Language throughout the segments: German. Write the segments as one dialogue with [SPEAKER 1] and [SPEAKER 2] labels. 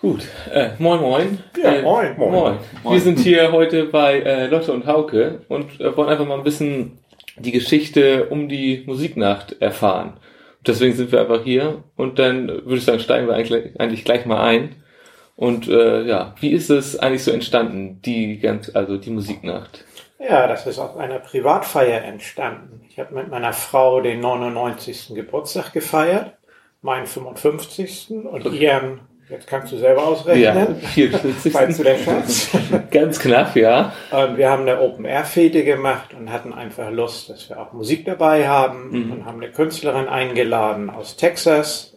[SPEAKER 1] Gut, äh, moin moin.
[SPEAKER 2] Ja,
[SPEAKER 1] äh,
[SPEAKER 2] moin.
[SPEAKER 1] moin. Wir sind hier heute bei äh, Lotte und Hauke und äh, wollen einfach mal ein bisschen die Geschichte um die Musiknacht erfahren. Und deswegen sind wir einfach hier und dann äh, würde ich sagen, steigen wir eigentlich, eigentlich gleich mal ein. Und äh, ja, wie ist es eigentlich so entstanden, die ganz, also die Musiknacht?
[SPEAKER 2] Ja, das ist auf einer Privatfeier entstanden. Ich habe mit meiner Frau den 99. Geburtstag gefeiert, meinen 55. und ihren, jetzt kannst du selber
[SPEAKER 1] Ja,
[SPEAKER 2] ausrechnen, falls
[SPEAKER 1] 44.
[SPEAKER 2] du der Schatz.
[SPEAKER 1] Ganz knapp, ja.
[SPEAKER 2] Und wir haben eine Open-Air-Fete gemacht und hatten einfach Lust, dass wir auch Musik dabei haben und haben eine Künstlerin eingeladen aus Texas.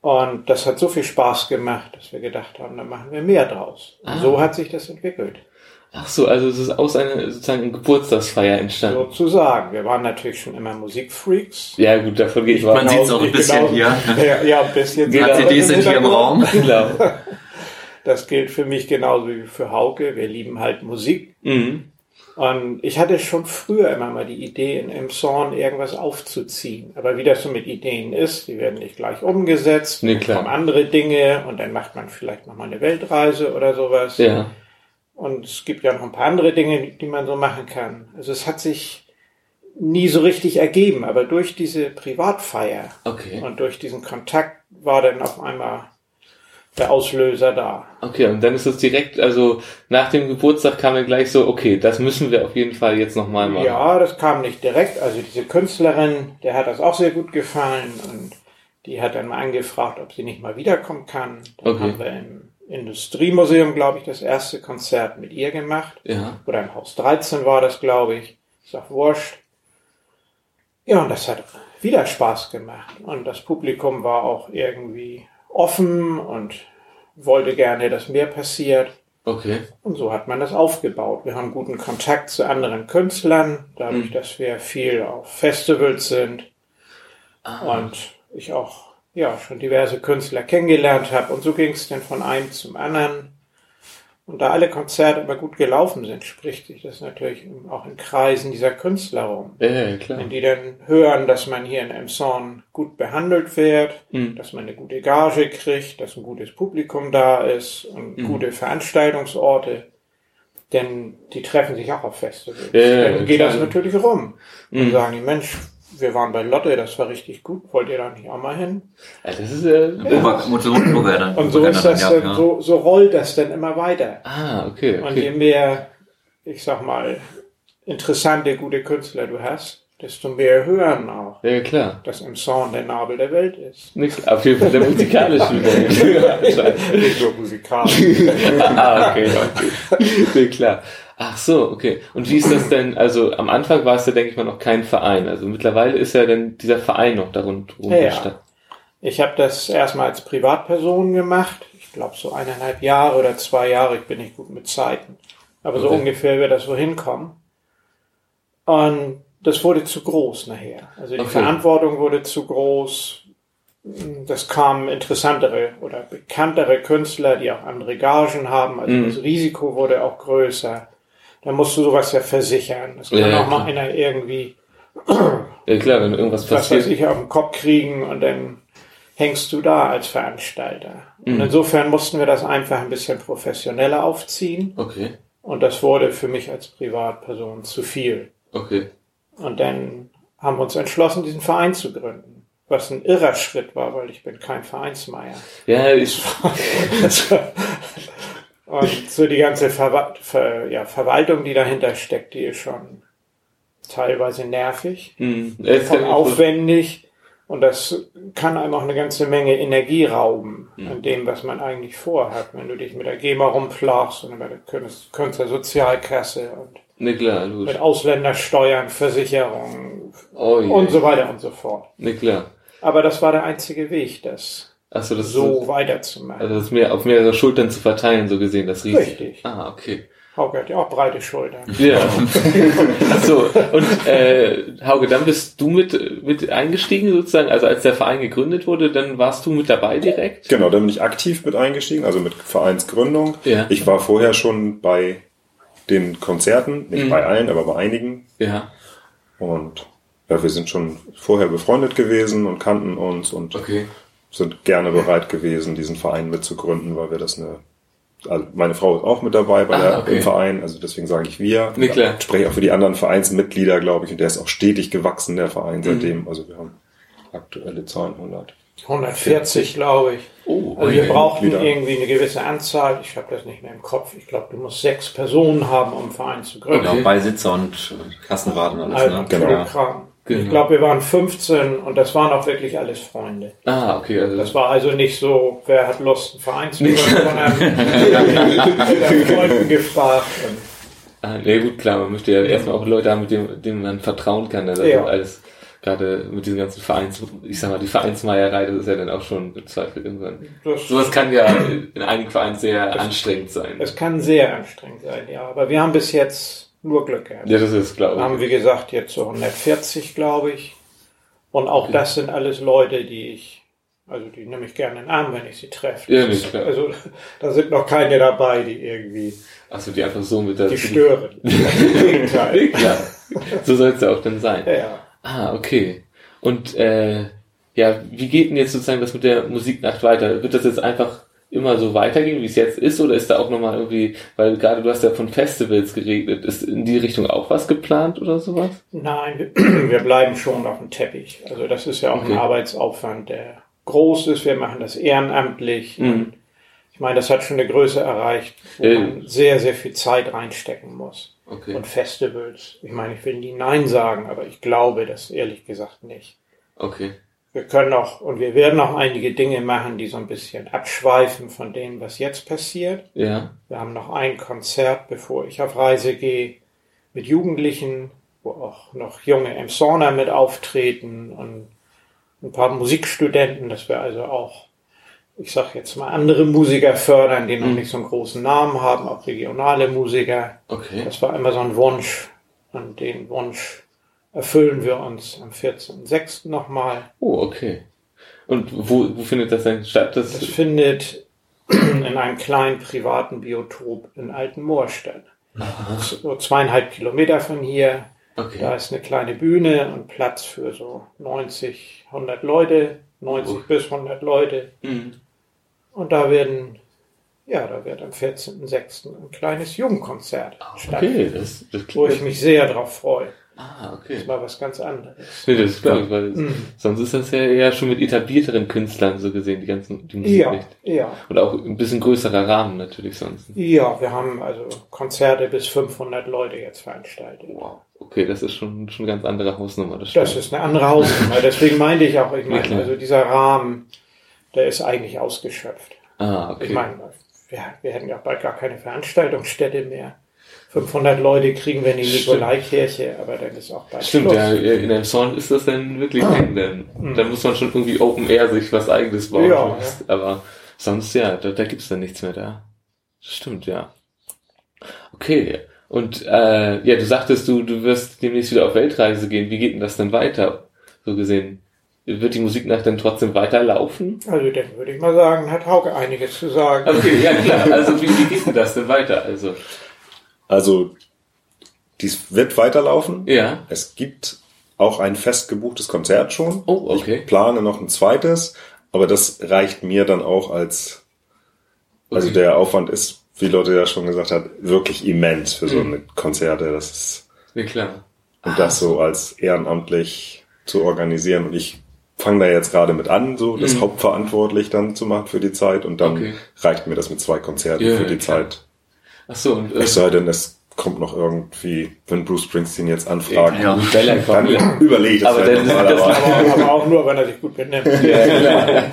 [SPEAKER 2] Und das hat so viel Spaß gemacht, dass wir gedacht haben, da machen wir mehr draus. Und So hat sich das entwickelt.
[SPEAKER 1] Ach so, also es ist aus einer sozusagen Geburtstagsfeier entstanden.
[SPEAKER 2] Sozusagen. Wir waren natürlich schon immer Musikfreaks.
[SPEAKER 1] Ja gut, davon gehe ich mal
[SPEAKER 3] Man
[SPEAKER 1] aus.
[SPEAKER 3] sieht's auch ein bisschen
[SPEAKER 2] hier. Genau, Ja, ja, ein bisschen.
[SPEAKER 1] Die
[SPEAKER 2] Aber
[SPEAKER 3] CDs sind hier im Raum.
[SPEAKER 1] Genau.
[SPEAKER 2] Das gilt für mich genauso wie für Hauke. Wir lieben halt Musik.
[SPEAKER 1] Mhm.
[SPEAKER 2] Und ich hatte schon früher immer mal die Idee, in Emson irgendwas aufzuziehen. Aber wie das so mit Ideen ist, die werden nicht gleich umgesetzt.
[SPEAKER 1] Nee,
[SPEAKER 2] Dann
[SPEAKER 1] klar.
[SPEAKER 2] kommen andere Dinge und dann macht man vielleicht nochmal eine Weltreise oder sowas.
[SPEAKER 1] Ja.
[SPEAKER 2] Und es gibt ja noch ein paar andere Dinge, die man so machen kann. Also es hat sich nie so richtig ergeben, aber durch diese Privatfeier
[SPEAKER 1] Okay.
[SPEAKER 2] und durch diesen Kontakt war dann auf einmal der Auslöser da.
[SPEAKER 1] Okay, und dann ist es direkt, also nach dem Geburtstag kam dann gleich so, okay, das müssen wir auf jeden Fall jetzt nochmal machen.
[SPEAKER 2] Ja, das kam nicht direkt. Also diese Künstlerin, der hat das auch sehr gut gefallen und die hat dann mal angefragt, ob sie nicht mal wiederkommen kann. Dann
[SPEAKER 1] Okay.
[SPEAKER 2] haben wir im Industriemuseum, glaube ich, das erste Konzert mit ihr gemacht.
[SPEAKER 1] Ja.
[SPEAKER 2] Oder im Haus 13 war das, glaube ich. Ist auch wurscht. Ja, und das hat wieder Spaß gemacht. Und das Publikum war auch irgendwie offen und wollte gerne, dass mehr passiert.
[SPEAKER 1] Okay.
[SPEAKER 2] Und so hat man das aufgebaut. Wir haben guten Kontakt zu anderen Künstlern, dadurch, dass wir viel auf Festivals sind und ich auch ja schon diverse Künstler kennengelernt habe. Und so ging es dann von einem zum anderen. Und da alle Konzerte immer gut gelaufen sind, spricht sich das natürlich auch in Kreisen dieser Künstler rum.
[SPEAKER 1] Ja, ja, klar.
[SPEAKER 2] Wenn die dann hören, dass man hier in Emson gut behandelt wird, Mhm.
[SPEAKER 1] Hm.
[SPEAKER 2] dass man eine gute Gage kriegt, dass ein gutes Publikum da ist und
[SPEAKER 1] Mhm.
[SPEAKER 2] gute Veranstaltungsorte, denn die treffen sich auch auf Festivals.
[SPEAKER 1] Ja, ja,
[SPEAKER 2] dann geht
[SPEAKER 1] klar. Mhm.
[SPEAKER 2] das natürlich rum. Dann sagen die, Mensch, wir waren bei Lotte, das war richtig gut, wollt ihr da nicht auch mal hin?
[SPEAKER 1] Ah, Das ist, äh,
[SPEAKER 3] Ober Mutter und Oberwerder.
[SPEAKER 2] Und so ist das
[SPEAKER 3] ja,
[SPEAKER 2] dann,
[SPEAKER 3] ja.
[SPEAKER 2] so, so rollt das dann immer weiter.
[SPEAKER 1] ah, okay,
[SPEAKER 2] Und je
[SPEAKER 1] okay.
[SPEAKER 2] mehr, ich sag mal, interessante, gute Künstler du hast, desto mehr hören auch,
[SPEAKER 1] Ja, klar.
[SPEAKER 2] dass im Sound der Nabel der Welt ist.
[SPEAKER 1] Nix, auf jeden Fall der musikalische Übung.
[SPEAKER 2] Nicht so musikalisch.
[SPEAKER 1] ah, okay, okay. Nee, klar. Ach so, okay. Und wie ist das denn, also am Anfang war es ja, denke ich mal, noch kein Verein. Also mittlerweile ist ja dann dieser Verein noch darum rum
[SPEAKER 2] Ja, ja.
[SPEAKER 1] entstanden.
[SPEAKER 2] Ich habe das erstmal als Privatperson gemacht. Ich glaube, so eineinhalb Jahre oder zwei Jahre. Ich bin nicht gut mit Zeiten. Aber so
[SPEAKER 1] Okay.
[SPEAKER 2] ungefähr wird das so hinkommen. Und das wurde zu groß nachher. Also die
[SPEAKER 1] Okay.
[SPEAKER 2] Verantwortung wurde zu groß. Das kamen interessantere oder bekanntere Künstler, die auch andere Gagen haben. Also
[SPEAKER 1] Mhm.
[SPEAKER 2] das Risiko wurde auch größer. Da musst du sowas ja versichern. Das kann
[SPEAKER 1] Ja, ja,
[SPEAKER 2] auch mal
[SPEAKER 1] klar.
[SPEAKER 2] einer irgendwie
[SPEAKER 1] Ja, klar, wenn irgendwas
[SPEAKER 2] was weiß
[SPEAKER 1] passiert.
[SPEAKER 2] ich, auf den Kopf kriegen und dann hängst du da als Veranstalter. Und insofern mussten wir das einfach ein bisschen professioneller aufziehen
[SPEAKER 1] Okay,
[SPEAKER 2] und das wurde für mich als Privatperson zu viel.
[SPEAKER 1] okay.
[SPEAKER 2] Und dann haben wir uns entschlossen, diesen Verein zu gründen, was ein irrer Schritt war, weil ich bin kein Vereinsmeier.
[SPEAKER 1] Ja, ich,
[SPEAKER 2] und so die ganze Verwa Ver ja, Verwaltung, die dahinter steckt, die ist schon teilweise nervig.
[SPEAKER 1] Hm, er ist
[SPEAKER 2] von
[SPEAKER 1] ja auch
[SPEAKER 2] aufwendig und das kann einem auch eine ganze Menge Energie rauben
[SPEAKER 1] Mhm.
[SPEAKER 2] an dem, was man eigentlich vorhat. Wenn du dich mit der GEMA rumplagst und mit der Künst- Künstlersozialkasse und
[SPEAKER 1] Ne, klar,
[SPEAKER 2] mit
[SPEAKER 1] logisch.
[SPEAKER 2] Ausländersteuern, Versicherungen
[SPEAKER 1] Oh, je.
[SPEAKER 2] und so weiter und so fort.
[SPEAKER 1] Ne, klar.
[SPEAKER 2] Aber das war der einzige Weg, das
[SPEAKER 1] Achso, das
[SPEAKER 2] so
[SPEAKER 1] ist,
[SPEAKER 2] weiterzumachen.
[SPEAKER 1] also das mehr, auf mehrere Schultern zu verteilen, so gesehen, das Risiko.
[SPEAKER 2] Richtig.
[SPEAKER 1] Ah, okay.
[SPEAKER 2] Hauke hat ja auch breite Schultern.
[SPEAKER 1] Ja. Achso, und äh, Hauke, dann bist du mit, mit eingestiegen sozusagen, also als der Verein gegründet wurde, dann warst du mit dabei direkt?
[SPEAKER 4] Genau, da bin ich aktiv mit eingestiegen, also mit Vereinsgründung.
[SPEAKER 1] Ja.
[SPEAKER 4] Ich war vorher schon bei den Konzerten, nicht
[SPEAKER 1] Mhm.
[SPEAKER 4] bei allen, aber bei einigen.
[SPEAKER 1] Ja.
[SPEAKER 4] Und ja, wir sind schon vorher befreundet gewesen und kannten uns und sind gerne bereit gewesen, diesen Verein mitzugründen, weil wir das eine. Also meine Frau ist auch mit dabei bei
[SPEAKER 1] Ah,
[SPEAKER 4] der,
[SPEAKER 1] okay.
[SPEAKER 4] im Verein, also deswegen sage ich wir.
[SPEAKER 1] Nee, klar.
[SPEAKER 4] Ich spreche auch für die anderen Vereinsmitglieder, glaube ich, und der ist auch stetig gewachsen, der
[SPEAKER 1] Mhm.
[SPEAKER 4] Verein, seitdem. Also wir haben aktuelle Zahlen 100.
[SPEAKER 2] 140, glaube ich.
[SPEAKER 1] Oh,
[SPEAKER 2] Also wir
[SPEAKER 1] okay.
[SPEAKER 2] brauchten
[SPEAKER 4] Mitglieder.
[SPEAKER 2] irgendwie eine gewisse Anzahl. Ich habe das nicht mehr im Kopf. Ich glaube, du musst sechs Personen haben, um einen Verein zu gründen.
[SPEAKER 1] Okay.
[SPEAKER 3] Genau, Beisitzer und Kassenwarten und alles.
[SPEAKER 2] Also,
[SPEAKER 3] Ne?
[SPEAKER 4] genau.
[SPEAKER 3] Ja.
[SPEAKER 2] Kram. Ich
[SPEAKER 1] Genau.
[SPEAKER 2] glaube, wir waren 15 und das waren auch wirklich alles Freunde.
[SPEAKER 1] Ah, okay, also
[SPEAKER 2] Das war also nicht so, wer hat Lust, einen Verein zu gründen, sondern wir Freunden gefragt. Und
[SPEAKER 1] Ah, ja gut, klar, man möchte ja erstmal auch Leute haben, mit dem, denen man vertrauen kann. Also
[SPEAKER 2] Ja.
[SPEAKER 1] alles gerade mit diesen ganzen Vereins, ich sag mal, die Vereinsmeierei, das ist ja dann auch schon bezweifelt irgendwann.
[SPEAKER 2] das,
[SPEAKER 1] Sowas kann ja in einigen Vereinen sehr anstrengend sein.
[SPEAKER 2] das kann sehr anstrengend sein, ja. Aber wir haben bis jetzt nur Glück gehabt.
[SPEAKER 1] Ja, das ist,
[SPEAKER 2] Wir haben,
[SPEAKER 1] glaube
[SPEAKER 2] wie gesagt, jetzt so 140, glaube ich. Und auch das sind alles Leute, die ich, also die nehme ich gerne in den Arm, wenn ich sie treffe.
[SPEAKER 1] Ja, nee, klar.
[SPEAKER 2] also da sind noch keine dabei, die irgendwie
[SPEAKER 1] ich. Achso, Also die einfach so mit der...
[SPEAKER 2] die stören. Im Gegenteil.
[SPEAKER 1] Klar, so soll es ja auch dann sein.
[SPEAKER 2] Ja.
[SPEAKER 1] Ah, okay. Und äh, ja, wie geht denn jetzt sozusagen das mit der Musiknacht weiter? Wird das jetzt einfach immer so weitergehen, wie es jetzt ist, oder ist da auch nochmal irgendwie, weil gerade du hast ja von Festivals geredet, ist in die Richtung auch was geplant oder sowas?
[SPEAKER 2] Nein, wir, wir bleiben schon auf dem Teppich. Also das ist ja auch
[SPEAKER 1] Okay.
[SPEAKER 2] ein Arbeitsaufwand, der groß ist. Wir machen das ehrenamtlich. Und ich meine, das hat schon eine Größe erreicht, wo
[SPEAKER 1] Ja.
[SPEAKER 2] man sehr, sehr viel Zeit reinstecken muss.
[SPEAKER 1] Okay.
[SPEAKER 2] und Festivals. Ich meine, ich will nie Nein sagen, aber ich glaube das ehrlich gesagt nicht.
[SPEAKER 1] Okay.
[SPEAKER 2] Wir können auch und wir werden auch einige Dinge machen, die so ein bisschen abschweifen von dem, was jetzt passiert.
[SPEAKER 1] Ja.
[SPEAKER 2] Wir haben noch ein Konzert, bevor ich auf Reise gehe, mit Jugendlichen, wo auch noch junge Emsoner mit auftreten und ein paar Musikstudenten, dass wir also auch, ich sag jetzt mal, andere Musiker fördern, die noch nicht so einen großen Namen haben, auch regionale Musiker.
[SPEAKER 1] Okay.
[SPEAKER 2] Das war immer so ein Wunsch. Und den Wunsch erfüllen wir uns am 14.06. nochmal.
[SPEAKER 1] Oh, okay. Und wo, wo findet das denn statt? Das,
[SPEAKER 2] Das findet in einem kleinen privaten Biotop in Altenmoor statt. So zweieinhalb Kilometer von hier.
[SPEAKER 1] okay.
[SPEAKER 2] Da ist eine kleine Bühne und Platz für so 90, 100 Leute, 90 bis 100 Leute.
[SPEAKER 1] Mhm.
[SPEAKER 2] Und da werden, ja, da wird am 14.06. ein kleines Jugendkonzert stattfinden,
[SPEAKER 1] Ah, Okay, das, das
[SPEAKER 2] wo ich mich sehr drauf freue.
[SPEAKER 1] Ah,
[SPEAKER 2] Das ist
[SPEAKER 1] okay.
[SPEAKER 2] mal was ganz anderes.
[SPEAKER 1] Nee, das glaube ich, weil
[SPEAKER 2] Mhm.
[SPEAKER 1] sonst ist das ja eher schon mit etablierteren Künstlern so gesehen, die ganzen, die Musik
[SPEAKER 2] Ja,
[SPEAKER 1] nicht.
[SPEAKER 2] ja,
[SPEAKER 1] Und auch ein bisschen größerer Rahmen natürlich sonst.
[SPEAKER 2] ja, wir haben also Konzerte bis 500 Leute jetzt veranstaltet.
[SPEAKER 1] Wow. Okay, das ist schon, schon eine ganz andere Hausnummer. Das,
[SPEAKER 2] Das
[SPEAKER 1] stimmt.
[SPEAKER 2] ist eine andere Hausnummer, deswegen meinte ich auch, ich meine,
[SPEAKER 1] klar.
[SPEAKER 2] also dieser Rahmen, der ist eigentlich ausgeschöpft.
[SPEAKER 1] Ah, okay.
[SPEAKER 2] Ich meine, ja, wir hätten ja bald gar keine Veranstaltungsstätte mehr. 500 Leute kriegen wir in die
[SPEAKER 1] Stimmt.
[SPEAKER 2] Nikolaikirche, aber dann ist auch bald
[SPEAKER 1] Stimmt,
[SPEAKER 2] Schluss. Ah. Hm.
[SPEAKER 1] ja, in einem Song ist das dann wirklich eng, denn dann muss man schon irgendwie Open Air sich was eigenes bauen.
[SPEAKER 2] Ja,
[SPEAKER 1] Aber sonst ja, da, da gibt's dann nichts mehr da. Stimmt, ja. Okay. Und äh, ja, du sagtest, du, du wirst demnächst wieder auf Weltreise gehen. Wie geht denn das denn weiter? So gesehen. Wird die Musiknacht dann trotzdem weiterlaufen?
[SPEAKER 2] Also dann würde ich mal sagen, hat Hauke einiges zu sagen.
[SPEAKER 1] Okay, ja klar. Also wie, wie geht denn das denn weiter? Also,
[SPEAKER 4] Also, dies wird weiterlaufen.
[SPEAKER 1] ja.
[SPEAKER 4] Es gibt auch ein fest gebuchtes Konzert schon.
[SPEAKER 1] Oh, okay.
[SPEAKER 4] Ich plane noch ein zweites, aber das reicht mir dann auch als, also
[SPEAKER 1] Okay.
[SPEAKER 4] der Aufwand ist, wie Leute ja schon gesagt hat, wirklich immens für
[SPEAKER 1] Mhm.
[SPEAKER 4] so eine Konzerte. Das ist,
[SPEAKER 1] Nee, klar. Ah.
[SPEAKER 4] und das so als ehrenamtlich zu organisieren. Und ich fange da jetzt gerade mit an, so das hauptverantwortlich dann zu machen für die Zeit. Und dann
[SPEAKER 1] Mhm. Okay.
[SPEAKER 4] reicht mir das mit zwei Konzerten
[SPEAKER 1] Ja,
[SPEAKER 4] für die
[SPEAKER 1] klar.
[SPEAKER 4] Zeit.
[SPEAKER 1] Ach so, und äh,
[SPEAKER 4] Es sei denn, es kommt noch irgendwie, wenn Bruce Springsteen jetzt anfragt,
[SPEAKER 3] Ja.
[SPEAKER 1] Bella
[SPEAKER 4] dann
[SPEAKER 1] kommt.
[SPEAKER 4] überlege ich halt das
[SPEAKER 1] Aber dann-
[SPEAKER 4] vielleicht noch mal,
[SPEAKER 1] das-
[SPEAKER 4] aber-
[SPEAKER 2] Aber, aber auch nur, wenn er sich gut benimmt. Also
[SPEAKER 4] genau.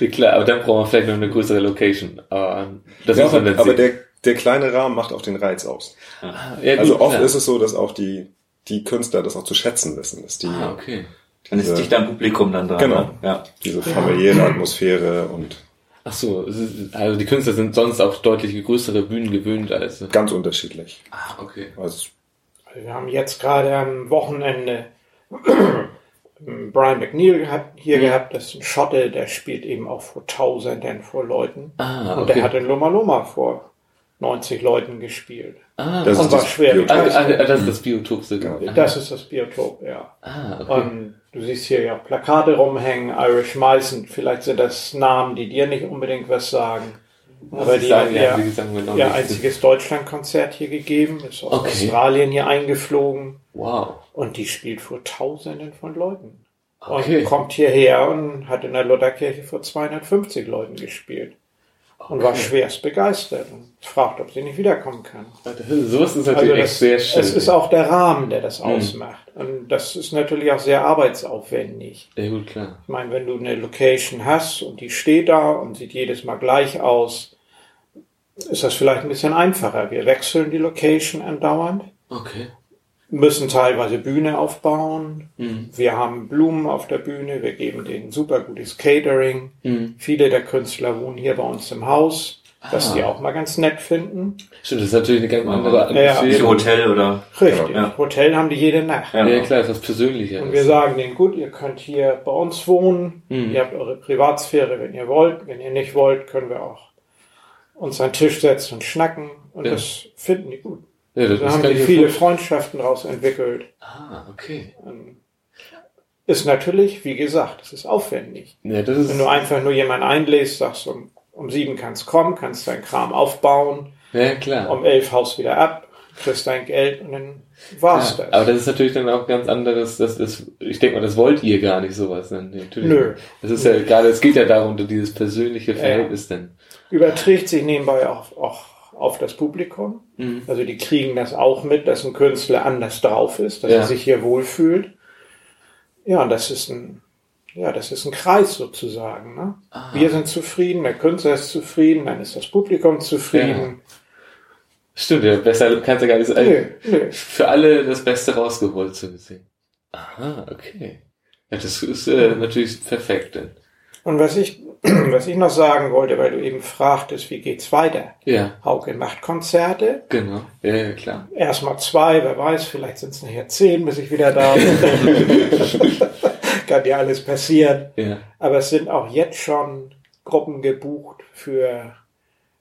[SPEAKER 1] Ja, klar, aber dann brauchen wir vielleicht noch eine größere Location. Aber ähm, das
[SPEAKER 4] Ja,
[SPEAKER 1] muss man dann
[SPEAKER 4] aber, aber
[SPEAKER 1] sehen.
[SPEAKER 4] der, der kleine Rahmen macht auch den Reiz aus.
[SPEAKER 1] ja, gut,
[SPEAKER 4] Also oft
[SPEAKER 1] klar.
[SPEAKER 4] ist es so, dass auch die, die Künstler das auch zu schätzen wissen, dass die
[SPEAKER 1] Ah, okay.
[SPEAKER 3] Dann ist dicht am Publikum dann dran.
[SPEAKER 4] Genau.
[SPEAKER 3] Ne? Ja.
[SPEAKER 4] diese familiäre Atmosphäre und
[SPEAKER 1] Ach so, es ist- also die Künstler sind sonst auf deutlich größere Bühnen gewöhnt als.
[SPEAKER 4] ganz unterschiedlich.
[SPEAKER 1] Ah, okay.
[SPEAKER 4] Also
[SPEAKER 2] Also wir haben jetzt gerade am Wochenende Brian McNeil gehabt-
[SPEAKER 1] Mhm.
[SPEAKER 2] hier gehabt, das ist ein Schotte, der spielt eben auch vor Tausenden vor Leuten.
[SPEAKER 1] Ah,
[SPEAKER 2] Und
[SPEAKER 1] okay.
[SPEAKER 2] der hat in Loma Loma vor 90 Leuten gespielt.
[SPEAKER 1] Ah,
[SPEAKER 4] Das
[SPEAKER 1] das,
[SPEAKER 4] ist
[SPEAKER 2] Aber
[SPEAKER 4] das
[SPEAKER 2] schwer.
[SPEAKER 1] ah,
[SPEAKER 4] Biotop.
[SPEAKER 1] ah, ah, das ist das Biotop sogar.
[SPEAKER 4] Ja.
[SPEAKER 2] Das ist das Biotop, ja.
[SPEAKER 1] Ah, okay.
[SPEAKER 2] Und du siehst hier ja Plakate rumhängen, Irish Meißen. Vielleicht sind das Namen, die dir nicht unbedingt was sagen.
[SPEAKER 1] Was
[SPEAKER 2] aber
[SPEAKER 1] ich
[SPEAKER 2] die
[SPEAKER 1] sagen,
[SPEAKER 2] haben
[SPEAKER 1] ja,
[SPEAKER 2] ja
[SPEAKER 1] wie gesagt, wir noch
[SPEAKER 2] ihr
[SPEAKER 1] nicht-
[SPEAKER 2] einziges Deutschlandkonzert hier gegeben, ist aus
[SPEAKER 1] Okay.
[SPEAKER 2] Australien hier eingeflogen
[SPEAKER 1] Wow.
[SPEAKER 2] und die spielt vor Tausenden von Leuten.
[SPEAKER 1] Okay.
[SPEAKER 2] Und kommt hierher und hat in der Lutherkirche vor 250 Leuten gespielt. Und war schwerst begeistert und fragt, ob sie nicht wiederkommen kann. Also
[SPEAKER 1] Das ist, sowas ist natürlich echt
[SPEAKER 2] das,
[SPEAKER 1] sehr schön. Mhm.
[SPEAKER 2] es ist auch der Rahmen, der das ausmacht. Und das ist natürlich auch sehr arbeitsaufwendig.
[SPEAKER 1] ja, gut, klar.
[SPEAKER 2] Ich meine, wenn du eine Location hast und die steht da und sieht jedes Mal gleich aus, ist das vielleicht ein bisschen einfacher. Wir wechseln die Location andauernd,
[SPEAKER 1] Okay.
[SPEAKER 2] müssen teilweise Bühne aufbauen.
[SPEAKER 1] Mhm.
[SPEAKER 2] Wir haben Blumen auf der Bühne, wir geben denen super gutes Catering.
[SPEAKER 1] Mhm.
[SPEAKER 2] Viele der Künstler wohnen hier bei uns im Haus, was
[SPEAKER 1] Ah.
[SPEAKER 2] die auch mal ganz nett finden.
[SPEAKER 1] Stimmt, das ist natürlich eine ganz andere
[SPEAKER 3] Ja,
[SPEAKER 2] ja.
[SPEAKER 1] Atmosphäre.
[SPEAKER 3] Nicht im Hotel oder.
[SPEAKER 2] Richtig,
[SPEAKER 3] Ja.
[SPEAKER 2] Hotel haben die jede Nacht.
[SPEAKER 3] Ja.
[SPEAKER 1] Ja, klar, ist was Persönliches.
[SPEAKER 2] Und wir sagen denen, gut, ihr könnt hier bei uns wohnen,
[SPEAKER 1] Mhm.
[SPEAKER 2] ihr habt eure Privatsphäre, wenn ihr wollt. Wenn ihr nicht wollt, können wir auch uns an den Tisch setzen und schnacken. Und
[SPEAKER 1] Ja.
[SPEAKER 2] das finden die gut.
[SPEAKER 1] ja, das
[SPEAKER 2] Da
[SPEAKER 1] ist
[SPEAKER 2] haben
[SPEAKER 1] gar
[SPEAKER 2] die
[SPEAKER 1] nicht
[SPEAKER 2] viele
[SPEAKER 1] so-
[SPEAKER 2] Freundschaften daraus entwickelt.
[SPEAKER 1] Ah, okay.
[SPEAKER 2] Ist natürlich, wie gesagt, es ist aufwendig.
[SPEAKER 1] Ja, das ist.
[SPEAKER 2] Wenn du einfach nur jemanden einlädst, sagst um, um sieben kannst kommen, kannst deinen Kram aufbauen,
[SPEAKER 1] Ja, klar.
[SPEAKER 2] um elf haust wieder ab, kriegst dein Geld und dann war's
[SPEAKER 1] Ja,
[SPEAKER 2] das.
[SPEAKER 1] aber das ist natürlich dann auch ganz anderes, das ist, ich denke mal, das wollt ihr gar nicht sowas dann. Natürlich.
[SPEAKER 2] Nö.
[SPEAKER 1] Das ist ja gerade, es geht ja darum, dieses persönliche Verhältnis dann.
[SPEAKER 2] überträgt sich nebenbei auch, auch auf das Publikum.
[SPEAKER 1] Mhm.
[SPEAKER 2] Also die kriegen das auch mit, dass ein Künstler anders drauf ist, dass
[SPEAKER 1] Ja.
[SPEAKER 2] er sich hier wohlfühlt. Ja, und das ist ein, ja, das ist ein Kreis sozusagen. Ne?
[SPEAKER 1] Ah.
[SPEAKER 2] Wir sind zufrieden, der Künstler ist zufrieden, dann ist das Publikum zufrieden.
[SPEAKER 1] Stimmt, ja, besser kannst du gar nicht
[SPEAKER 2] Nö,
[SPEAKER 1] sagen.
[SPEAKER 2] nö.
[SPEAKER 1] Für alle das Beste rausgeholt, so gesehen. Aha, okay. Ja, das ist äh, natürlich perfekt dann.
[SPEAKER 2] Und was ich, was ich noch sagen wollte, weil du eben fragtest, wie geht's weiter?
[SPEAKER 1] Ja,
[SPEAKER 2] Hauke macht Konzerte.
[SPEAKER 1] genau. Ja, ja, klar.
[SPEAKER 2] Erstmal zwei, wer weiß, vielleicht sind es nachher zehn, bis ich wieder da bin. Kann ja alles passieren.
[SPEAKER 1] Ja.
[SPEAKER 2] Aber es sind auch jetzt schon Gruppen gebucht für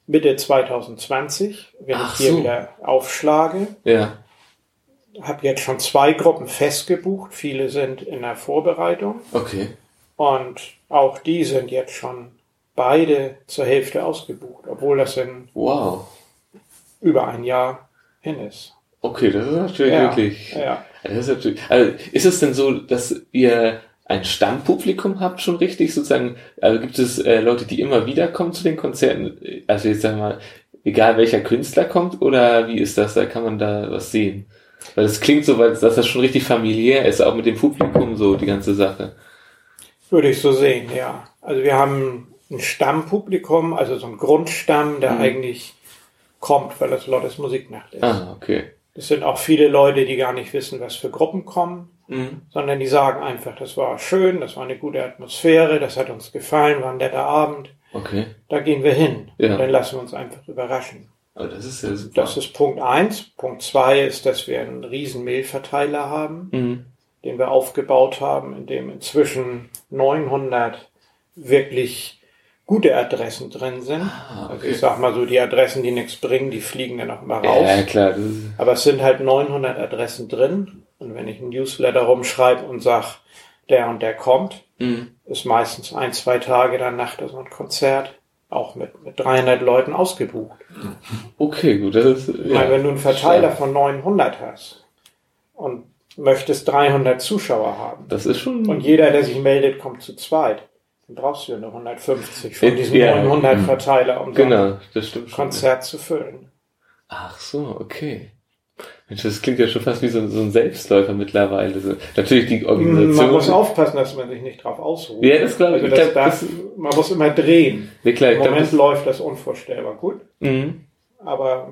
[SPEAKER 2] Mitte 2020, wenn
[SPEAKER 1] Ach
[SPEAKER 2] ich hier
[SPEAKER 1] so.
[SPEAKER 2] wieder aufschlage.
[SPEAKER 1] Ja.
[SPEAKER 2] Habe jetzt schon zwei Gruppen festgebucht. Viele sind in der Vorbereitung
[SPEAKER 1] Okay.
[SPEAKER 2] und auch die sind jetzt schon beide zur Hälfte ausgebucht, obwohl das in
[SPEAKER 1] Wow.
[SPEAKER 2] über ein Jahr hin ist.
[SPEAKER 1] Okay, das ist natürlich
[SPEAKER 2] Ja,
[SPEAKER 1] wirklich.
[SPEAKER 2] ja.
[SPEAKER 1] Das ist natürlich. Also ist es denn so, dass ihr ein Stammpublikum habt schon richtig sozusagen? Also gibt es äh, Leute, die immer wieder kommen zu den Konzerten? Also jetzt sagen wir mal, egal welcher Künstler kommt oder wie ist das? Da kann man da was sehen. Weil das klingt so, weil- dass das schon richtig familiär ist, auch mit dem Publikum so die ganze Sache.
[SPEAKER 2] Würde ich so sehen, ja. Also wir haben ein Stammpublikum, also so einen Grundstamm,
[SPEAKER 1] Mhm.
[SPEAKER 2] der eigentlich kommt, weil das Lottes Musiknacht ist.
[SPEAKER 1] Ah, okay.
[SPEAKER 2] Es sind auch viele Leute, die gar nicht wissen, was für Gruppen kommen,
[SPEAKER 1] Mhm.
[SPEAKER 2] sondern die sagen einfach, das war schön, das war eine gute Atmosphäre, das hat uns gefallen, war ein netter Abend,
[SPEAKER 1] Okay.
[SPEAKER 2] da gehen wir hin.
[SPEAKER 1] Ja.
[SPEAKER 2] Und dann lassen wir uns einfach überraschen.
[SPEAKER 1] Aber das ist ja super.
[SPEAKER 2] Das ist Punkt eins. Punkt zwei ist, dass wir einen riesen Mehlverteiler haben,
[SPEAKER 1] mhm.
[SPEAKER 2] den wir aufgebaut haben, in dem inzwischen 900 wirklich gute Adressen drin sind. Also
[SPEAKER 1] Ah, okay.
[SPEAKER 2] ich sag mal so, die Adressen, die nichts bringen, die fliegen dann auch mal raus.
[SPEAKER 1] Ja, klar. Das ist,
[SPEAKER 2] Aber es sind halt 900 Adressen drin. Und wenn ich einen Newsletter rumschreibe und sag, der und der kommt,
[SPEAKER 1] mhm.
[SPEAKER 2] ist meistens ein, zwei Tage danach das so ein Konzert auch mit, mit 300 Leuten ausgebucht.
[SPEAKER 1] Okay, gut. Das ist,
[SPEAKER 2] Ich meine, wenn du einen Verteiler von 900 hast und möchtest 300 Zuschauer haben
[SPEAKER 1] Das ist schon.
[SPEAKER 2] und jeder, der sich meldet, kommt zu zweit, dann brauchst du ja nur 150 von diesen
[SPEAKER 1] Äh, Ja.
[SPEAKER 2] 900 Verteiler, um so ein
[SPEAKER 1] genau, das stimmt schon.
[SPEAKER 2] Konzert zu füllen.
[SPEAKER 1] Ach so, okay. Mensch, das klingt ja schon fast wie so, ein- so ein Selbstläufer mittlerweile. So, natürlich die Organisation.
[SPEAKER 2] Hm, Man muss aufpassen, dass man sich nicht drauf ausruht.
[SPEAKER 1] Ja, das glaube ich.
[SPEAKER 2] Also
[SPEAKER 1] Ich
[SPEAKER 2] das
[SPEAKER 1] glaub,
[SPEAKER 2] darf,
[SPEAKER 1] das-
[SPEAKER 2] man muss immer drehen.
[SPEAKER 1] nee, klar, ich
[SPEAKER 2] Im
[SPEAKER 1] glaub,
[SPEAKER 2] Moment
[SPEAKER 1] das,
[SPEAKER 2] läuft das unvorstellbar gut,
[SPEAKER 1] mhm.
[SPEAKER 2] aber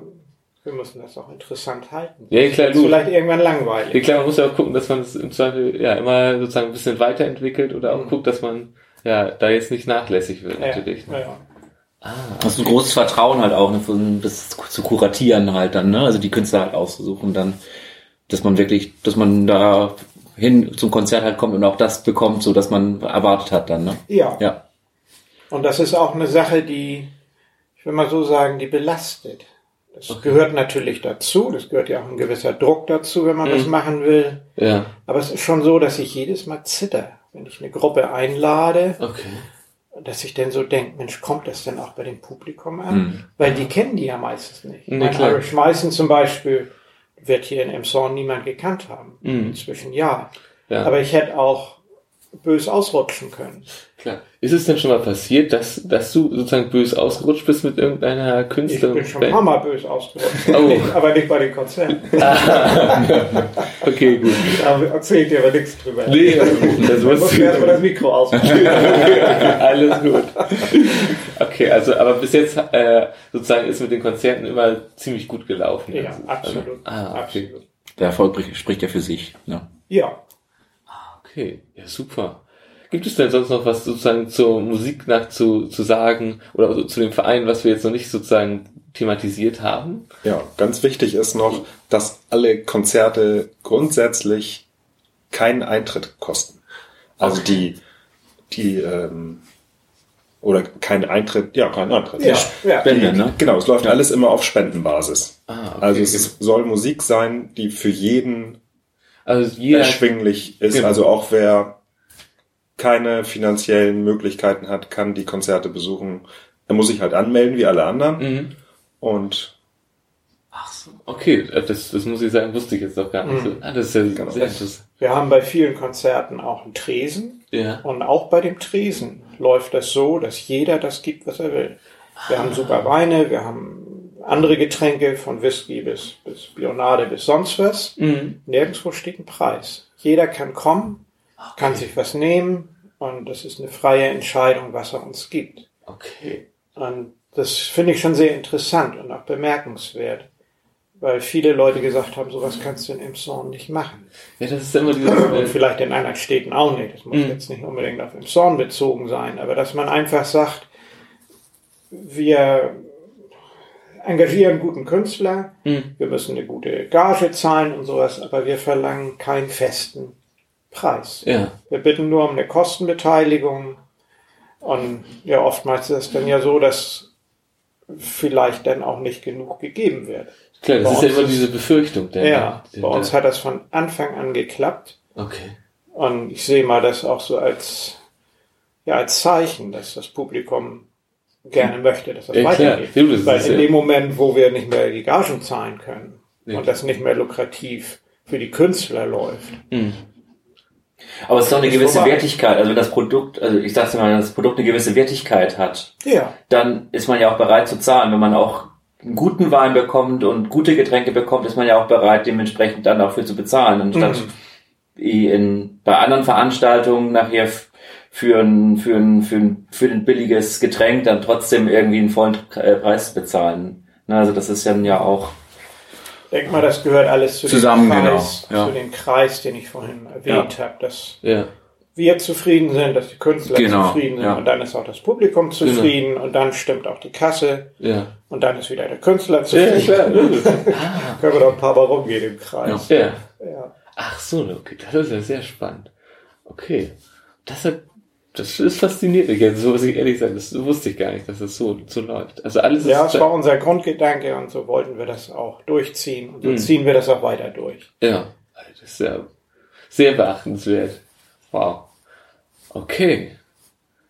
[SPEAKER 2] wir müssen das auch interessant halten.
[SPEAKER 1] Ja, klar,
[SPEAKER 2] Sonst
[SPEAKER 1] du.
[SPEAKER 2] vielleicht irgendwann
[SPEAKER 1] Ja,
[SPEAKER 2] langweilig.
[SPEAKER 1] klar, man muss ja auch gucken, dass man es im Zweifel ja immer sozusagen ein bisschen weiterentwickelt oder auch guckt, dass man ja da jetzt nicht nachlässig wird
[SPEAKER 2] Hm. Ja,
[SPEAKER 1] natürlich. ne?
[SPEAKER 2] ja.
[SPEAKER 3] Das ist ein großes Vertrauen halt auch, ne, von, das zu kuratieren halt dann, ne? Also die Künstler halt auszusuchen dann, dass man wirklich, dass man da hin zum Konzert halt kommt und auch das bekommt, so dass man erwartet hat dann, ne?
[SPEAKER 2] Ja.
[SPEAKER 3] Ja.
[SPEAKER 2] und das ist auch eine Sache, die, ich will mal so sagen, die belastet. Das gehört natürlich dazu, das gehört ja auch ein gewisser Druck dazu, wenn man
[SPEAKER 1] Mhm.
[SPEAKER 2] das machen will.
[SPEAKER 1] Ja.
[SPEAKER 2] Aber es ist schon so, dass ich jedes Mal zitter, wenn ich eine Gruppe einlade,
[SPEAKER 1] Okay.
[SPEAKER 2] dass ich dann so denke, Mensch, kommt das denn auch bei dem Publikum an? Weil die kennen die ja meistens nicht.
[SPEAKER 1] Mhm. Nee,
[SPEAKER 2] Mein
[SPEAKER 1] klar.
[SPEAKER 2] Irish Meißen zum Beispiel wird hier in Emshorn niemand gekannt haben.
[SPEAKER 1] Mhm.
[SPEAKER 2] Inzwischen ja.
[SPEAKER 1] Ja.
[SPEAKER 2] Aber ich hätte auch bös ausrutschen können.
[SPEAKER 1] Klar. Ist es denn schon mal passiert, dass, dass du sozusagen böse ausgerutscht bist mit irgendeiner
[SPEAKER 2] Ich
[SPEAKER 1] Künstlerin?
[SPEAKER 2] bin schon hammer bös ausgerutscht.
[SPEAKER 1] Oh.
[SPEAKER 2] Nicht, aber nicht bei den Konzerten.
[SPEAKER 1] Okay, gut.
[SPEAKER 2] Da erzähle ich dir aber nichts drüber.
[SPEAKER 1] Nee, also gut, das
[SPEAKER 2] Ich muss mir erstmal das
[SPEAKER 1] war's.
[SPEAKER 2] Mikro ausmachen.
[SPEAKER 1] Alles gut. Okay, also aber bis jetzt äh, sozusagen ist mit den Konzerten immer ziemlich gut gelaufen.
[SPEAKER 2] ja,
[SPEAKER 1] Also,
[SPEAKER 2] absolut.
[SPEAKER 1] Ah, okay.
[SPEAKER 2] absolut.
[SPEAKER 3] Der Erfolg spricht ja für sich. Ne?
[SPEAKER 2] Ja.
[SPEAKER 1] Okay, ja super. Gibt es denn sonst noch was sozusagen zur Musiknacht zu, zu sagen oder so zu dem Verein, was wir jetzt noch nicht sozusagen thematisiert haben?
[SPEAKER 4] Ja, ganz wichtig ist noch, dass alle Konzerte grundsätzlich keinen Eintritt kosten. Also die, die, ähm, oder keinen Eintritt, ja, keinen Eintritt.
[SPEAKER 2] Ja, ja.
[SPEAKER 3] Spende, ne?
[SPEAKER 4] Genau, es läuft alles immer auf Spendenbasis.
[SPEAKER 1] Ah, okay.
[SPEAKER 4] also es ist- soll Musik sein, die für jeden
[SPEAKER 1] Also jeder,
[SPEAKER 4] erschwinglich ist.
[SPEAKER 1] Genau.
[SPEAKER 4] Also auch wer keine finanziellen Möglichkeiten hat, kann die Konzerte besuchen. Er muss sich halt anmelden, wie alle anderen.
[SPEAKER 1] Mhm.
[SPEAKER 4] Und
[SPEAKER 3] Ach so.
[SPEAKER 1] okay, äh, das, das muss ich sagen, wusste ich jetzt noch gar
[SPEAKER 2] Mhm.
[SPEAKER 1] nicht. So. Ah, das ist ja
[SPEAKER 4] Genau.
[SPEAKER 1] sehr interessant.
[SPEAKER 2] Wir haben bei vielen Konzerten auch einen Tresen.
[SPEAKER 1] Ja.
[SPEAKER 2] Und auch bei dem Tresen läuft das so, dass jeder das gibt, was er will. Wir haben super
[SPEAKER 1] Ah.
[SPEAKER 2] Weine, wir haben andere Getränke, von Whisky bis, bis Bionade bis sonst was.
[SPEAKER 1] Mhm.
[SPEAKER 2] Nirgendwo steht ein Preis. Jeder kann kommen, kann sich was nehmen und das ist eine freie Entscheidung, was er uns gibt.
[SPEAKER 1] Okay.
[SPEAKER 2] Und das finde ich schon sehr interessant und auch bemerkenswert, weil viele Leute gesagt haben, sowas kannst du in Emson nicht machen.
[SPEAKER 1] Ja, das ist immer dieses.
[SPEAKER 2] Und
[SPEAKER 1] Äh,
[SPEAKER 2] vielleicht in anderen Städten auch nicht. Das muss
[SPEAKER 1] Mhm.
[SPEAKER 2] jetzt nicht unbedingt auf den Zorn bezogen sein, aber dass man einfach sagt, wir engagieren einen guten Künstler,
[SPEAKER 1] Mhm.
[SPEAKER 2] wir müssen eine gute Gage zahlen und sowas, aber wir verlangen keinen festen Preis.
[SPEAKER 1] ja.
[SPEAKER 2] Wir bitten nur um eine Kostenbeteiligung. Und ja, oftmals ist es dann ja so, dass vielleicht dann auch nicht genug gegeben wird.
[SPEAKER 1] Klar, das
[SPEAKER 2] Bei
[SPEAKER 1] ist ja
[SPEAKER 2] uns
[SPEAKER 1] immer
[SPEAKER 2] ist-
[SPEAKER 1] diese Befürchtung. Der,
[SPEAKER 2] Ja,
[SPEAKER 1] der,
[SPEAKER 2] bei uns
[SPEAKER 1] der,
[SPEAKER 2] hat das von Anfang an geklappt.
[SPEAKER 1] Okay.
[SPEAKER 2] Und ich sehe mal das auch so als, ja, als Zeichen, dass das Publikum gerne möchte, dass das
[SPEAKER 1] Ja, klar.
[SPEAKER 2] weitergeht.
[SPEAKER 1] Ja, das ist
[SPEAKER 2] Weil in
[SPEAKER 1] ja-
[SPEAKER 2] dem Moment, wo wir nicht mehr die Gagen zahlen können
[SPEAKER 1] Ja.
[SPEAKER 2] und das nicht mehr lukrativ für die Künstler läuft,
[SPEAKER 3] Aber es ist doch eine
[SPEAKER 2] Ist
[SPEAKER 3] gewisse
[SPEAKER 2] vorbei.
[SPEAKER 3] Wertigkeit. Also wenn das Produkt, also ich sag's dir mal, wenn das Produkt eine gewisse Wertigkeit hat,
[SPEAKER 2] ja,
[SPEAKER 3] dann ist man ja auch bereit zu zahlen. Wenn man auch einen guten Wein bekommt und gute Getränke bekommt, ist man ja auch bereit, dementsprechend dann dafür zu bezahlen. Anstatt wie in, bei anderen Veranstaltungen nachher f- für ein, für, ein, für, ein, für ein billiges Getränk dann trotzdem irgendwie einen vollen äh, Preis bezahlen. Na, Also das ist dann ja auch
[SPEAKER 2] denk mal, das gehört alles zu
[SPEAKER 3] Zusammen,
[SPEAKER 2] dem
[SPEAKER 3] genau,
[SPEAKER 2] Kreis,
[SPEAKER 3] ja.
[SPEAKER 2] zu dem Kreis, den ich vorhin erwähnt habe, dass
[SPEAKER 1] Ja.
[SPEAKER 2] wir zufrieden sind, dass die Künstler
[SPEAKER 3] Genau,
[SPEAKER 2] zufrieden sind
[SPEAKER 3] ja.
[SPEAKER 2] und dann ist auch das Publikum
[SPEAKER 1] Genau.
[SPEAKER 2] zufrieden und dann stimmt auch die Kasse
[SPEAKER 1] Ja.
[SPEAKER 2] und dann ist wieder der Künstler
[SPEAKER 1] Ja,
[SPEAKER 2] zufrieden.
[SPEAKER 1] klar. logisch.
[SPEAKER 2] Können wir doch ein paar Mal rumgehen im Kreis.
[SPEAKER 1] ja.
[SPEAKER 2] Ja.
[SPEAKER 1] Ach so, ne, okay, das ist ja sehr spannend. Okay, das hat, das ist fasziniert mich jetzt, so muss ich ehrlich sagen, das wusste ich gar nicht, dass das so, so läuft. Also alles
[SPEAKER 2] Ja,
[SPEAKER 1] ist,
[SPEAKER 2] es war unser Grundgedanke und so wollten wir das auch durchziehen und so
[SPEAKER 1] Mhm.
[SPEAKER 2] ziehen wir das auch weiter durch.
[SPEAKER 1] ja, das ist ja sehr beachtenswert. Wow. Okay.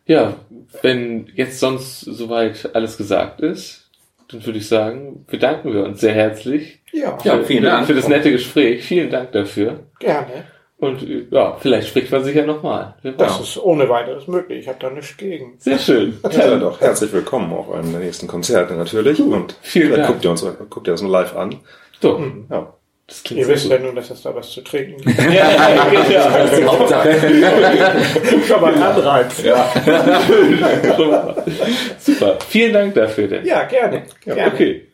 [SPEAKER 1] Ja, wenn jetzt sonst soweit alles gesagt ist, dann würde ich sagen, bedanken wir uns sehr herzlich.
[SPEAKER 2] Ja,
[SPEAKER 3] Ja, vielen
[SPEAKER 1] für,
[SPEAKER 3] Dank.
[SPEAKER 1] Für das nette Gespräch. Vielen Dank dafür.
[SPEAKER 2] gerne.
[SPEAKER 1] Und ja, vielleicht spricht man sich ja nochmal.
[SPEAKER 2] Das ist ohne weiteres möglich. Ich habe da nichts gegen.
[SPEAKER 1] Sehr schön.
[SPEAKER 4] ja, dann doch herzlich willkommen auch an den nächsten Konzerte natürlich. Und
[SPEAKER 1] vielen
[SPEAKER 4] dann
[SPEAKER 1] Dank.
[SPEAKER 4] guckt ihr uns, guckt ihr das nur live an.
[SPEAKER 1] So,
[SPEAKER 4] Ja.
[SPEAKER 1] das klingt
[SPEAKER 2] Ihr
[SPEAKER 1] sehr
[SPEAKER 2] wisst
[SPEAKER 1] gut.
[SPEAKER 2] ja nun, dass es da was zu trinken gibt.
[SPEAKER 1] Ja, genau.
[SPEAKER 3] die Hauptsache.
[SPEAKER 2] Schon mal ein Anreiz. Ja,
[SPEAKER 1] Super. Vielen Dank dafür. Denn.
[SPEAKER 2] ja gerne. gerne.
[SPEAKER 1] Okay.